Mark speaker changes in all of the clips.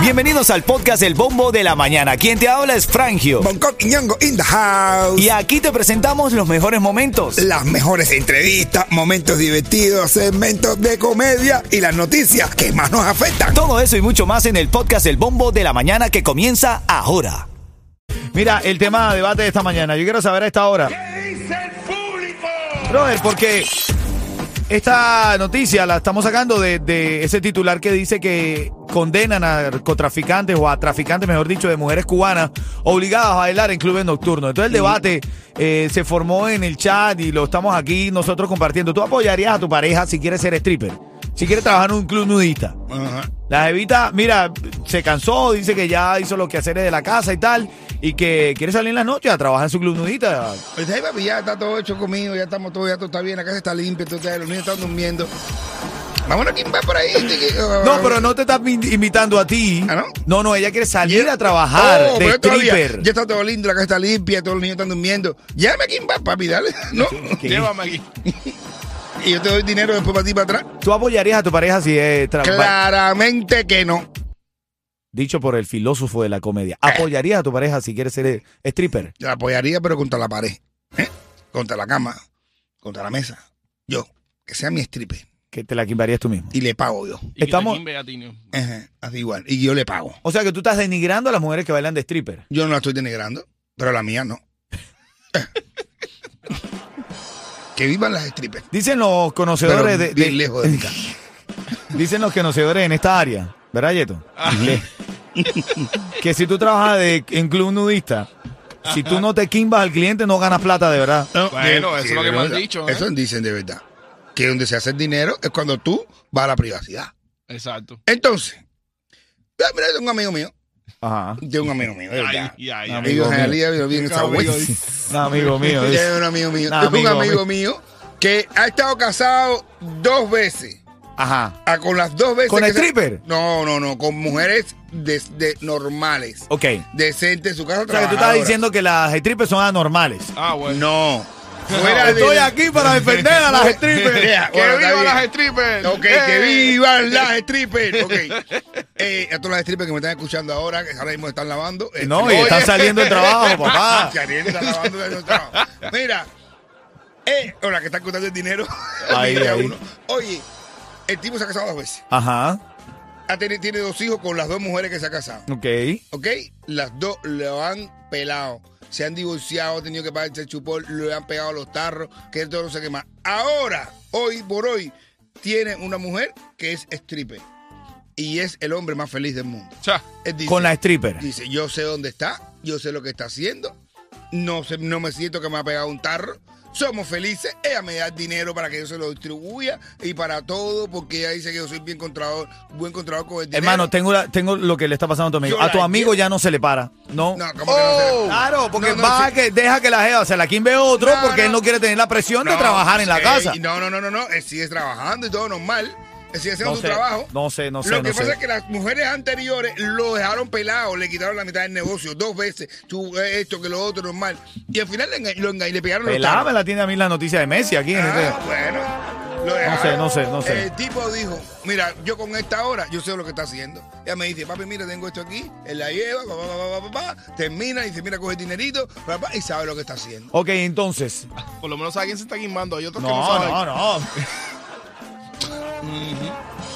Speaker 1: Bienvenidos al podcast El Bombo de la Mañana. Quien te habla es Frangio.
Speaker 2: Bangkok y Ñongo in the house.
Speaker 1: Y aquí te presentamos los mejores momentos.
Speaker 2: Las mejores entrevistas, momentos divertidos, segmentos de comedia y las noticias que más nos afectan.
Speaker 1: Todo eso y mucho más en el podcast El Bombo de la Mañana que comienza ahora. Mira, el tema de debate de esta mañana. Yo quiero saber a esta hora.
Speaker 3: ¿Qué dice el público?
Speaker 1: Brother, porque esta noticia la estamos sacando de, de ese titular que dice que condenan a narcotraficantes o a traficantes, mejor dicho, de mujeres cubanas obligadas a bailar en clubes nocturnos. Entonces el debate eh, se formó en el chat y lo estamos aquí nosotros compartiendo. ¿Tú apoyarías a tu pareja si quieres ser stripper? Si quieres trabajar en un club nudista.
Speaker 2: Ajá.
Speaker 1: La Evita, mira, se cansó, dice que ya hizo los quehaceres de la casa y tal, y que quiere salir en las noches a trabajar en su club nudista.
Speaker 2: Pues ahí, papi, ya está todo hecho conmigo, ya estamos todos, ya todo está bien, la casa está limpia, todo está- los niños están durmiendo. Vámonos, ¿quién va por ahí?
Speaker 1: No, pero no te estás in- invitando a ti.
Speaker 2: ¿Ah, no?
Speaker 1: No, no, ella quiere salir a trabajar
Speaker 2: Oh,
Speaker 1: de
Speaker 2: pero todavía,
Speaker 1: stripper.
Speaker 2: Ya está todo lindo, la casa está limpia, todos los niños están durmiendo. Llévame aquí, va, papi, dale. No.
Speaker 1: ¿Qué?
Speaker 2: Llévame aquí. y yo te doy dinero después para ti para atrás.
Speaker 1: ¿Tú apoyarías a tu pareja si es tra- ba-
Speaker 2: Claramente que no.
Speaker 1: dicho por el filósofo de la comedia?
Speaker 2: Eh.
Speaker 1: ¿Apoyarías a tu pareja si quieres ser eh, stripper?
Speaker 2: Yo la apoyaría, pero contra la pared. ¿eh? Contra la cama, contra la mesa. Yo, que sea mi stripper.
Speaker 1: Que te la quimbarías tú mismo.
Speaker 2: Y le pago yo.
Speaker 3: Y
Speaker 1: Estamos-
Speaker 3: Quitaquín Beatino.
Speaker 2: Ajá, así igual. Y yo le pago.
Speaker 1: O sea que tú estás denigrando a las mujeres que bailan de stripper.
Speaker 2: Yo no la estoy denigrando, pero la mía no. que vivan las strippers.
Speaker 1: Dicen los
Speaker 2: Pero
Speaker 1: conocedores de,
Speaker 2: bien
Speaker 1: de-
Speaker 2: lejos de mi casa.
Speaker 1: dicen los conocedores en esta área, ¿verdad, Yeto?
Speaker 2: Ah.
Speaker 1: Le- que si tú trabajas de- en club nudista, si tú no te quimbas al cliente, no ganas plata de verdad.
Speaker 2: No,
Speaker 3: Bueno,
Speaker 2: de-
Speaker 3: eso es
Speaker 2: sí,
Speaker 3: lo que
Speaker 2: de
Speaker 3: me han
Speaker 2: verdad.
Speaker 3: dicho, ¿eh?
Speaker 2: Eso dicen de verdad. Que donde se hace el dinero es cuando tú vas a la privacidad.
Speaker 3: Exacto.
Speaker 2: Entonces, ah, mira, de un amigo mío,
Speaker 1: Ajá.
Speaker 2: de un amigo mío, de verdad.
Speaker 3: Ay, ay,
Speaker 1: No,
Speaker 3: ay.
Speaker 2: Ellos
Speaker 1: amigo
Speaker 2: en
Speaker 1: mío.
Speaker 2: realidad yo vi en esa
Speaker 3: Amigo
Speaker 2: web.
Speaker 1: Un amigo mío.
Speaker 2: Ya
Speaker 1: dice.
Speaker 2: es un amigo mío.
Speaker 1: Nah,
Speaker 2: Es un
Speaker 1: amigo,
Speaker 2: amigo mío que ha estado casado dos veces.
Speaker 1: Ajá.
Speaker 2: Ah, con las dos veces.
Speaker 1: ¿Con
Speaker 2: que
Speaker 1: el
Speaker 2: se-
Speaker 1: stripper?
Speaker 2: No, no, no. Con mujeres de, de- normales.
Speaker 1: Ok.
Speaker 2: Decentes en su casa.
Speaker 1: O sea que tú estás diciendo que las strippers son anormales.
Speaker 3: Ah, bueno.
Speaker 2: No. Fuera de-
Speaker 1: Estoy aquí para defender a las strippers.
Speaker 2: Vea,
Speaker 3: ¡Que
Speaker 2: bueno, está
Speaker 3: vivan
Speaker 2: bien.
Speaker 3: las strippers!
Speaker 2: Ok,
Speaker 1: Eh.
Speaker 2: que vivan las strippers. Ok. Eh, a todas las strippers que me están escuchando ahora, que ahora mismo están lavando. eh,
Speaker 1: No, y
Speaker 2: oye,
Speaker 1: están saliendo del trabajo, papá.
Speaker 2: si Ariel está lavando, está haciendo el trabajo. Mira, eh, ahora que están contando el dinero.
Speaker 1: Ahí,
Speaker 2: dile a
Speaker 1: ahí.
Speaker 2: uno. Oye, el tipo se ha casado dos veces.
Speaker 1: Ajá.
Speaker 2: Ha tenido- tiene dos hijos con las dos mujeres que se ha casado.
Speaker 1: Ok.
Speaker 2: ¿Ok? Las dos lo han pelado. Se han divorciado, han tenido que pagarse el chupón, le han pegado los tarros, que todo no sé qué más. Ahora, hoy por hoy, tiene una mujer que es stripper. Y es el hombre más feliz del mundo.
Speaker 3: Cha.
Speaker 2: Él dice-
Speaker 1: Con la stripper.
Speaker 2: Dice, yo sé dónde está, yo sé lo que está haciendo, no, sé, no me siento que me ha pegado un tarro, somos felices, ella me da el dinero para que yo se lo distribuya y para todo, porque ella dice que yo soy bien controlador, buen controlador con el dinero.
Speaker 1: Hermano, tengo, la- tengo lo que le está pasando a tu amigo.
Speaker 2: Yo
Speaker 1: A tu
Speaker 2: la
Speaker 1: amigo
Speaker 2: quiero.
Speaker 1: ya no se le para. No.
Speaker 2: No, ¿cómo que no se le-
Speaker 1: Oh. Claro, porque
Speaker 2: No, no,
Speaker 1: baja
Speaker 2: sí.
Speaker 1: que, deja que la jeva se la quimbe otro
Speaker 2: No,
Speaker 1: porque
Speaker 2: no.
Speaker 1: él no quiere tener la presión de
Speaker 2: No,
Speaker 1: trabajar en la
Speaker 2: eh,
Speaker 1: casa.
Speaker 2: No, no, no, no, no, él sigue trabajando y todo normal, él sigue haciendo
Speaker 1: No
Speaker 2: su
Speaker 1: sé,
Speaker 2: trabajo.
Speaker 1: no sé, no sé,
Speaker 2: Lo que
Speaker 1: no
Speaker 2: pasa
Speaker 1: sé.
Speaker 2: es que las mujeres anteriores lo dejaron pelado, le quitaron la mitad del negocio dos veces, tú, eh, esto que lo otro, normal. Y al final le, enga- lo enga- le pegaron los
Speaker 1: Pelada
Speaker 2: tarros.
Speaker 1: me la tiene a mí la noticia de Messi aquí en este.
Speaker 2: Ah, bueno. Lo dejaron.
Speaker 1: no sé, no sé.
Speaker 2: El tipo dijo, mira, yo con esta hora, yo sé lo que está haciendo. Ella me dice, papi, mira, tengo esto aquí. Él la lleva, pa, pa, pa, pa, pa, pa, pa. termina y dice, mira, coge el dinerito, pa, pa, y sabe lo que está haciendo.
Speaker 1: Ok, entonces.
Speaker 3: Por lo menos sabe quién se está quimando. Hay otros que no
Speaker 1: No,
Speaker 3: saben.
Speaker 1: no, no.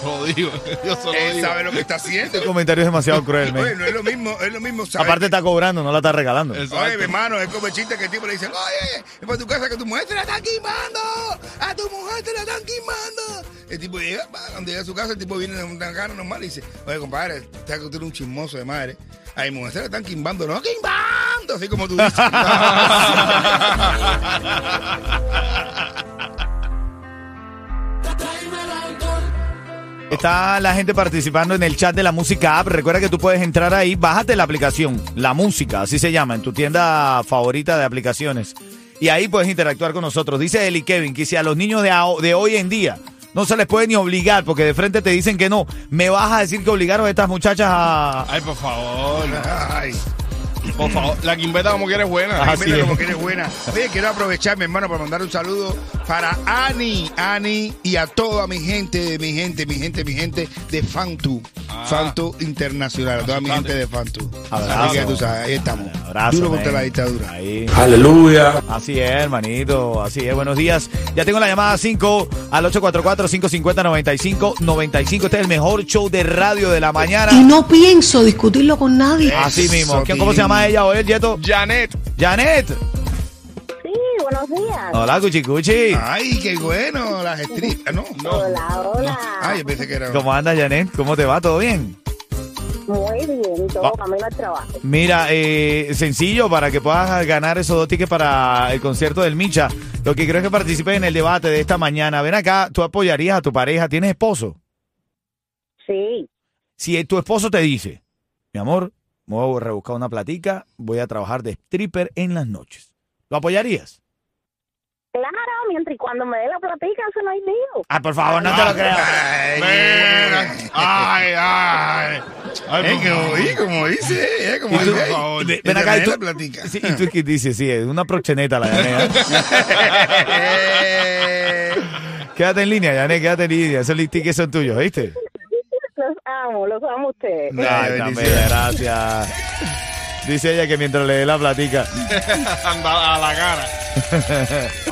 Speaker 3: Lo digo. Yo solo
Speaker 2: Él
Speaker 3: digo.
Speaker 2: sabe lo que está haciendo.
Speaker 1: El comentario es demasiado cruel, men.
Speaker 2: Oye, no es lo mismo, es lo mismo saber
Speaker 1: Aparte está cobrando, no la está regalando.
Speaker 3: Es-
Speaker 2: Oye, mi hermano, es como el chiste que el tipo le dice, oye, es para tu casa que tu mujer te la están quimando, a tu mujer te la están quimando. El tipo llega, va, cuando llega a su casa, el tipo viene de una cara normal y dice, oye, compadre, te que tú eres un chismoso de madre. A mi mujer se la están quimbando, no quimbando, así como tú dices.
Speaker 1: Está la gente participando en el chat de la música app. Recuerda que tú puedes entrar ahí, bájate la aplicación, la música, así se llama, en tu tienda favorita de aplicaciones. Y ahí puedes interactuar con nosotros. Dice Eli Kevin que si a los niños de, aho- de hoy en día no se les puede ni obligar, porque de frente te dicen que no, me vas a decir que obligaron a estas muchachas a...
Speaker 3: Ay, por favor.
Speaker 2: Ay,
Speaker 3: Por favor, la quimbeta como quieres buena.
Speaker 1: Ajá.
Speaker 3: Ajá.
Speaker 1: Así
Speaker 2: Mira
Speaker 1: es.
Speaker 2: como que eres buena. Oye, quiero aprovechar, mi hermano, para mandar un saludo para Ani, Ani y a toda mi gente, mi gente, mi gente, mi gente de Fantu.
Speaker 3: Ah.
Speaker 2: Fantu Internacional, a toda mi gente de Fantu. Así que tú sabes, ahí estamos.
Speaker 1: Abrazo,
Speaker 2: Duro contra
Speaker 1: men.
Speaker 2: la dictadura.
Speaker 1: Ahí.
Speaker 4: Aleluya.
Speaker 1: Así es, hermanito. Así es. Buenos días. Ya tengo la llamada 5 al 844-550-9595. Este es el mejor show de radio de la mañana.
Speaker 5: Y no pienso discutirlo con nadie.
Speaker 1: Así mismo.
Speaker 2: Eso,
Speaker 1: ¿Quién- ¿Cómo se
Speaker 2: tío.
Speaker 1: llama ella hoy, el Yeto?
Speaker 3: Janet.
Speaker 1: Janet.
Speaker 6: Sí, buenos días.
Speaker 1: Hola, Cuchicuchi.
Speaker 2: Ay, qué bueno, las estrellas. No, no.
Speaker 6: Hola, hola.
Speaker 2: Ay, yo pensé que era.
Speaker 1: ¿Cómo andas, Janet? ¿Cómo te va? ¿Todo bien?
Speaker 6: Muy bien,
Speaker 1: Va-
Speaker 6: todo camino al trabajo.
Speaker 1: Mira, eh, sencillo para que puedas ganar esos dos tickets para el concierto del Micha. Lo que creo es que participes en el debate de esta mañana. Ven acá, ¿tú apoyarías a tu pareja? ¿Tienes esposo?
Speaker 6: Sí,
Speaker 1: Si tu esposo te dice, mi amor, me voy a rebuscar una platica, voy a trabajar de stripper en las noches. ¿Lo apoyarías?
Speaker 6: claro, mientras y cuando me dé la platica, eso no hay lío.
Speaker 1: Ah, por favor, no te lo creo.
Speaker 2: Ay,
Speaker 3: Mira. Ay, ay. Ay,
Speaker 2: eh,
Speaker 3: por
Speaker 2: como,
Speaker 3: favor.
Speaker 2: y como dice, eh,
Speaker 1: Y
Speaker 2: como
Speaker 1: tú-
Speaker 2: dice.
Speaker 3: por
Speaker 2: ahí.
Speaker 3: favor.
Speaker 1: Ven acá, y
Speaker 2: Ella
Speaker 1: tú,
Speaker 2: la platica.
Speaker 1: sí, y tú qué dices, sí, es una proxeneta la Yané.
Speaker 2: Eh,
Speaker 1: Quédate en línea, Yané, quédate en línea. Esos tickets son tuyos, ¿viste?
Speaker 6: Los amo, los amo a ustedes.
Speaker 2: Ay,
Speaker 1: Ay, tan
Speaker 2: bendiciones.
Speaker 1: bella, gracias. Dice ella que mientras le dé la platica.
Speaker 3: Anda a la cara.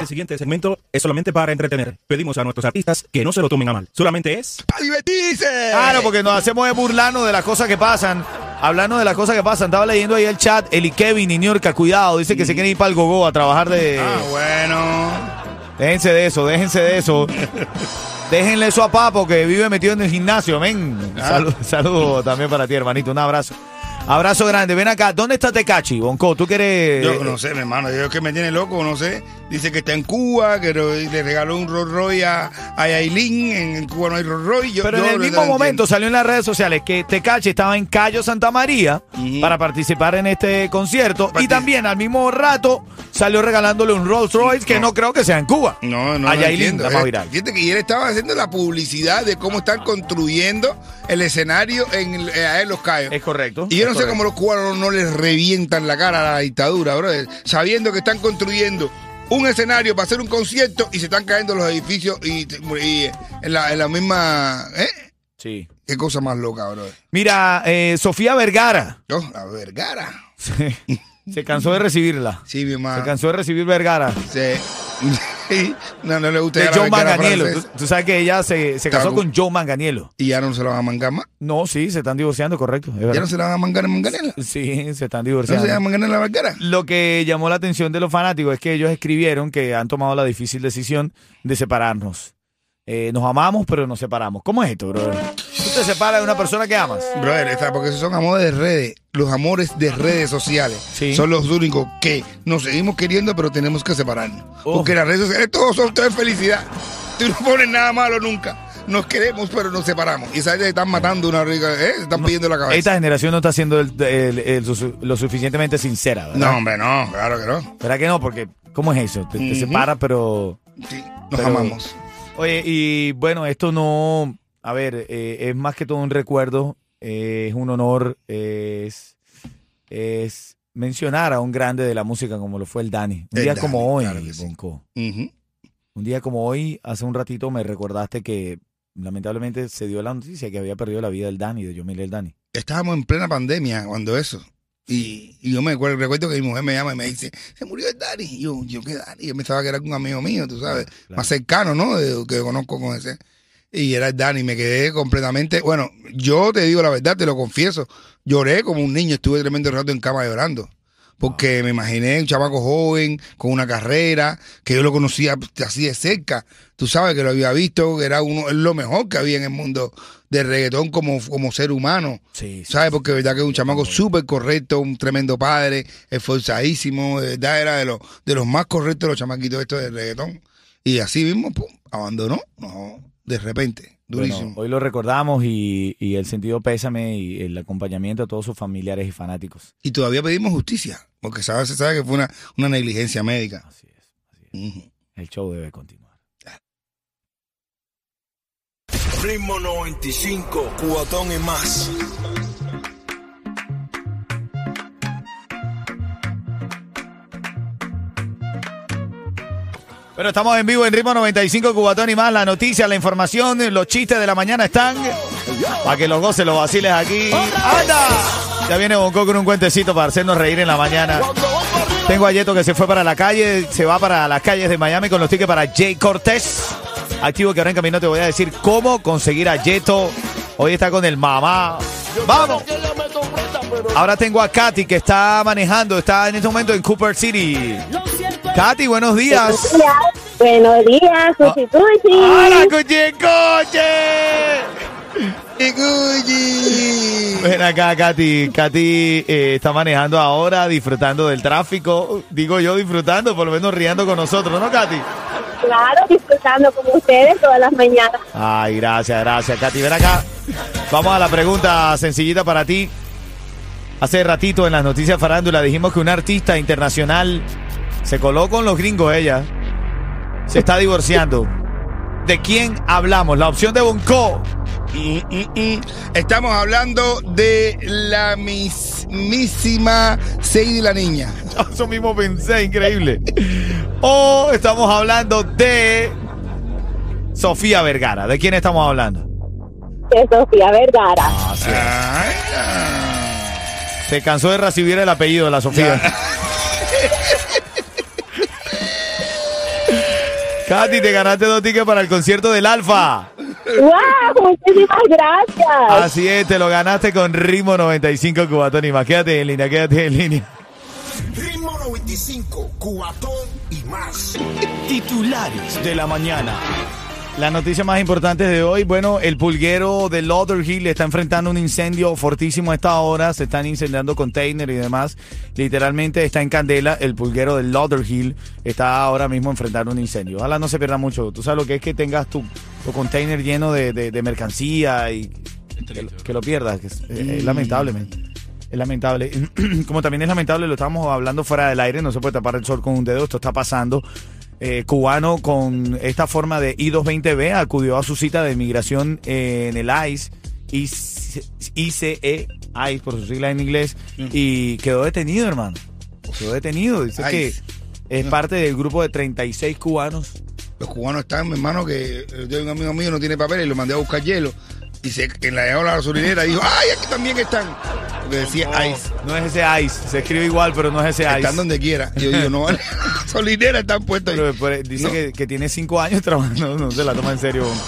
Speaker 7: El siguiente segmento es solamente para entretener. Pedimos a nuestros artistas que no se lo tomen a mal. Solamente es...
Speaker 2: ¡Pa' divertirse!
Speaker 1: Claro, porque nos hacemos de burlano de las cosas que pasan. Hablando de las cosas que pasan, estaba leyendo ahí el chat, Eli Kevin y New York, cuidado, dice que se quieren ir para el Gogó a trabajar de...
Speaker 2: Ah, bueno.
Speaker 1: Déjense de eso, déjense de eso. Déjenle eso a Papo que vive metido en el gimnasio, men.
Speaker 2: Ah.
Speaker 1: Saludos también para ti, hermanito. Un abrazo. Abrazo grande. Ven acá, ¿dónde está Tecachi, Bonco? ¿Tú quieres...?
Speaker 2: Yo no sé, mi hermano, yo que me tiene loco, no sé. Dice que está en Cuba, que ro- le regaló un Rolls Royce a, a Yailin, en, en Cuba no hay Rolls Royce. Yo,
Speaker 1: Pero
Speaker 2: yo
Speaker 1: en el
Speaker 2: no
Speaker 1: mismo
Speaker 2: entiendo.
Speaker 1: momento salió en las redes sociales que Tecachi estaba en Cayo Santa María para participar en este concierto y
Speaker 2: Partic-
Speaker 1: también al mismo rato salió regalándole un Rolls Royce que no creo que sea en Cuba.
Speaker 2: No, no,
Speaker 1: A
Speaker 2: no
Speaker 1: Yailin,
Speaker 2: entiendo.
Speaker 1: la más
Speaker 2: Eh,
Speaker 1: viral.
Speaker 2: Fíjate que él estaba haciendo la publicidad de cómo están construyendo el escenario en, el- eh, ahí en Los Cayos.
Speaker 1: Es correcto.
Speaker 2: Y yo no
Speaker 1: es
Speaker 2: sé
Speaker 1: correcto.
Speaker 2: cómo los cubanos no les revientan la cara a la dictadura, bro. Sabiendo que están construyendo un escenario para hacer un concierto y se están cayendo los edificios y, y en, la, en la misma... ¿eh?
Speaker 1: Sí.
Speaker 2: Qué cosa más loca, bro.
Speaker 1: Mira, eh, Sofía Vergara
Speaker 2: No, Oh, la Vergara.
Speaker 1: se, se cansó de recibirla.
Speaker 2: Sí, mi
Speaker 1: Se
Speaker 2: hermano.
Speaker 1: cansó de recibir Vergara.
Speaker 2: Se- no, no le gusta
Speaker 1: De
Speaker 2: ya la
Speaker 1: John
Speaker 2: Vergara
Speaker 1: Manganiello. Tú,
Speaker 2: francesa.
Speaker 1: tú sabes que ella se, se casó
Speaker 2: Tabu.
Speaker 1: con John Manganiello.
Speaker 2: Y ya no se la van a mangar más.
Speaker 1: No, sí, se están divorciando, correcto. es
Speaker 2: Ya
Speaker 1: verdad.
Speaker 2: no se la van a mangar en Manganela.
Speaker 1: Sí, se están
Speaker 2: No
Speaker 1: divorciando.
Speaker 2: se llama Manganela la Vergara.
Speaker 1: Lo que llamó la atención de los fanáticos es que ellos escribieron que han tomado la difícil decisión de separarnos. Eh, nos amamos, pero nos separamos. ¿Cómo es esto, brother? Tú te separas de una persona que amas.
Speaker 2: Brother, está, porque esos son amores de redes. Los amores de redes sociales
Speaker 1: Sí.
Speaker 2: son los únicos que nos seguimos queriendo, pero tenemos que separarnos.
Speaker 1: Oh.
Speaker 2: Porque las redes sociales, todos son todo es felicidad. Tú no pones nada malo nunca. Nos queremos, pero nos separamos. Y sabes, te están matando una rica. ¿eh? Te están pidiendo la cabeza.
Speaker 1: Esta generación no está siendo el- el- el su- lo suficientemente sincera, ¿verdad?
Speaker 2: No, hombre, no, claro que no.
Speaker 1: ¿Verdad que no? Porque, ¿cómo es eso? Te, te
Speaker 2: Ujú.
Speaker 1: separas, pero...
Speaker 2: Sí, nos
Speaker 1: Pero-
Speaker 2: amamos.
Speaker 1: Oye, y bueno, esto no... A ver, eh, es más que todo un recuerdo, eh, es un honor, eh, es, es mencionar a un grande de la música como lo fue el Dani. Un
Speaker 2: El
Speaker 1: día
Speaker 2: Dani,
Speaker 1: como hoy,
Speaker 2: claro que sí.
Speaker 1: Bonco.
Speaker 2: Ujú.
Speaker 1: Un día como hoy, hace un ratito me recordaste que lamentablemente se dio la noticia que había perdido la vida el Dani, de Yomil el Dani.
Speaker 2: estábamos en plena pandemia cuando eso. Y, y yo me acuerdo, recuerdo que mi mujer me llama y me dice, se murió el Dani. Y yo, yo, ¿qué Dani? Yo pensaba que era un amigo mío, tú sabes,
Speaker 1: Claro, claro.
Speaker 2: más cercano, ¿no? De- que conozco con ese. Y era el Dani, me quedé completamente, bueno, yo te digo la verdad, te lo confieso, lloré como un niño, estuve tremendo rato en cama llorando. Porque me imaginé un chamaco joven, con una carrera, que yo lo conocía así de cerca. Tú sabes que lo había visto, que era uno, es lo mejor que había en el mundo del reggaetón como, como ser humano.
Speaker 1: Sí, sí.
Speaker 2: ¿Sabes? Porque verdad que es un chamaco súper correcto, un tremendo padre, esforzadísimo, de verdad era de los, de los más correctos los chamaquitos estos del reggaetón. Y así mismo, pum, abandonó, no, de repente,
Speaker 1: Bueno,
Speaker 2: durísimo.
Speaker 1: hoy lo recordamos y, y el sentido pésame y el acompañamiento a todos sus familiares y fanáticos.
Speaker 2: Y todavía pedimos justicia, porque sabes, se sabe que fue una, una negligencia médica.
Speaker 1: Así es, así es.
Speaker 2: Ujú.
Speaker 1: El show debe continuar.
Speaker 4: Ritmo 95, cuatón y más.
Speaker 1: Pero estamos en vivo en Ritmo 95 Cubatón y más. La noticia, la información, los chistes de la mañana están para que los goces, los vaciles aquí. ¡Anda! Ya viene Bonco con un cuentecito para hacernos reír en la mañana. Tengo a Yeto que se fue para la calle, se va para las calles de Miami con los tickets para Jay Cortés. Activo que ahora en camino te voy a decir cómo conseguir a Yeto. Hoy está con el mamá. ¡Vamos! Ahora tengo a Katy que está manejando, está en este momento en Cooper City. Katy, buenos días.
Speaker 6: Buenos
Speaker 1: Ah.
Speaker 6: días, Cuchi Cuchi.
Speaker 1: ¡Hola, Cuchi Coche!
Speaker 2: Cuchi.
Speaker 1: Ven acá, Katy. Katy eh, está manejando ahora, disfrutando del tráfico. Digo yo disfrutando, por lo menos riendo con nosotros, ¿no, Katy?
Speaker 6: Claro, disfrutando con ustedes todas las mañanas.
Speaker 1: Ay, gracias, gracias, Katy. Ven acá. Vamos a la pregunta sencillita para ti. Hace ratito en las noticias farándula dijimos que una artista internacional se coló con los gringos ella. Se está divorciando. ¿De quién hablamos? La opción de Bonco.
Speaker 2: Mm, mm, mm. Estamos hablando de la mismísima Seidi la niña.
Speaker 1: Eso mismo pensé, increíble. O estamos hablando de Sofía Vergara. ¿De quién estamos hablando?
Speaker 6: De Sofía Vergara.
Speaker 2: Ay, ah.
Speaker 1: Se cansó de recibir el apellido de la Sofía. Katy, te ganaste dos tickets para el concierto del Alfa.
Speaker 6: ¡Wow! Muchísimas gracias.
Speaker 1: Eh. Así es, te lo ganaste con Ritmo 95 Cubatón y más. Quédate en línea, quédate en línea.
Speaker 4: Ritmo 95, Cubatón y más.
Speaker 1: Titulares de la mañana. Las noticias más importantes de hoy, bueno, el pulguero de Lauder Hill está enfrentando un incendio fortísimo a esta hora, se están incendiando containers y demás. Literalmente está en candela, el pulguero de Lauder Hill está ahora mismo enfrentando un incendio. Ojalá no se pierda mucho. Tú sabes lo que es que tengas tu, tu container lleno de, de- de mercancía y que, lo- que lo pierdas, que es, es lamentablemente. Es lamentable. Como también es lamentable, lo estábamos hablando fuera del aire, no se puede tapar el sol con un dedo, esto está pasando. Eh, cubano con esta forma de I-220B acudió a su cita de inmigración en el E, ICE, ICE, ICE, ICE E, por su sigla en inglés, y quedó detenido, hermano. Quedó detenido. Dice
Speaker 2: ICE.
Speaker 1: que es parte del grupo de 36 cubanos.
Speaker 2: Los cubanos están, mi hermano, que yo tengo un amigo mío no tiene papeles y lo mandé a buscar hielo. Y se, en la dejó la gasolinera y dijo, ¡ay, aquí también están! Porque decía ICE.
Speaker 1: No es ese ICE, se escribe igual, pero no es ese Oh, E. ICE.
Speaker 2: Están donde quiera. Y yo digo, no vale. Gasolinera están puestos
Speaker 1: Pero,
Speaker 2: ahí.
Speaker 1: pero, dice
Speaker 2: No.
Speaker 1: que, que tiene cinco años trabajando, no se la toma en serio. hombre.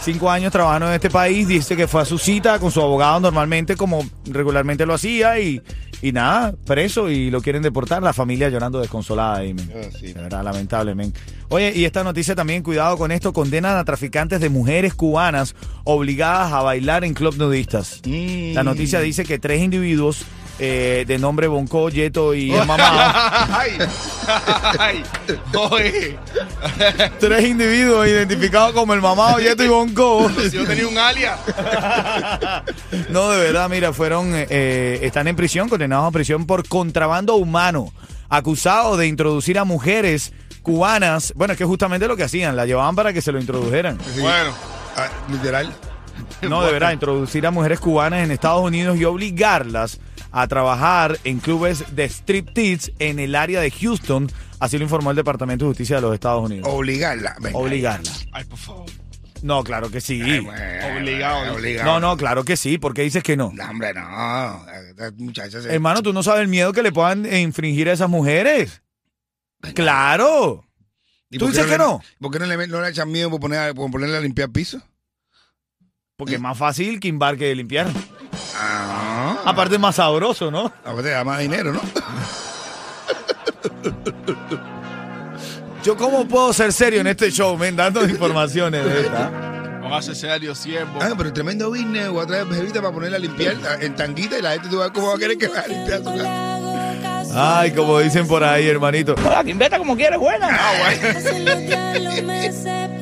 Speaker 1: Cinco años trabajando en este país, dice que fue a su cita con su abogado normalmente, como regularmente lo hacía, y, y nada, preso, y lo quieren deportar, la familia llorando desconsolada ahí, men.
Speaker 2: Ah, sí.
Speaker 1: De verdad, lamentable, men. Oye, y esta noticia también, cuidado con esto, condenan a traficantes de mujeres cubanas obligadas a bailar en club nudistas.
Speaker 2: Mm.
Speaker 1: La noticia dice que tres individuos eh, de nombre Bonco, Yeto y el Mamá
Speaker 3: Ay, ay, oye,
Speaker 1: Tres individuos identificados como el mamado Yeto y Bonco.
Speaker 3: si yo tenía un alias.
Speaker 1: No, de verdad, mira, fueron, eh, están en prisión, condenados a prisión por contrabando humano, acusados de introducir a mujeres cubanas. Bueno, es que justamente lo que hacían, la llevaban para que se lo introdujeran.
Speaker 2: Sí.
Speaker 3: Bueno,
Speaker 2: Ah, literal.
Speaker 1: No, de verdad, introducir a mujeres cubanas en Estados Unidos y obligarlas a trabajar en clubes de striptease en el área de Houston, así lo informó el Departamento de Justicia de los Estados
Speaker 2: Oh
Speaker 1: Unidos.
Speaker 2: Obligarla. venga.
Speaker 1: Obligarlas.
Speaker 3: ay, por favor.
Speaker 1: No, claro que sí.
Speaker 2: Ay, bueno,
Speaker 3: Obligado.
Speaker 2: Obligado.
Speaker 1: No, no, claro que sí, porque dices que no.
Speaker 2: No, hombre, no. Estas muchachas se-
Speaker 1: Hermano, tú no sabes el miedo que le puedan infringir a esas mujeres. Claro.
Speaker 2: ¿Y
Speaker 1: ¿Tú
Speaker 2: por qué
Speaker 1: dices que
Speaker 2: le-
Speaker 1: no?
Speaker 2: ¿Por qué no le, no le echan miedo por, poner, a- por ponerle a limpiar piso?
Speaker 1: Porque es más fácil que embarque de limpiar.
Speaker 2: Ah.
Speaker 1: Aparte es más sabroso, ¿no?
Speaker 2: Aparte, da más dinero, ¿no?
Speaker 1: Yo cómo puedo ser serio en este show, men, dando informaciones de esta.
Speaker 3: Póngase serio, siervo.
Speaker 2: Ah, pero tremendo business. Voy a traer jevita para ponerla a limpiar a- en tanguita y la gente tú vas cómo va a querer que vaya a limpiar su casa.
Speaker 1: Ay, como dicen por ahí, hermanito.
Speaker 8: Hola, Quimbeta, como quieres, buena.
Speaker 2: Ah, bueno.
Speaker 9: Hace los días, los meses,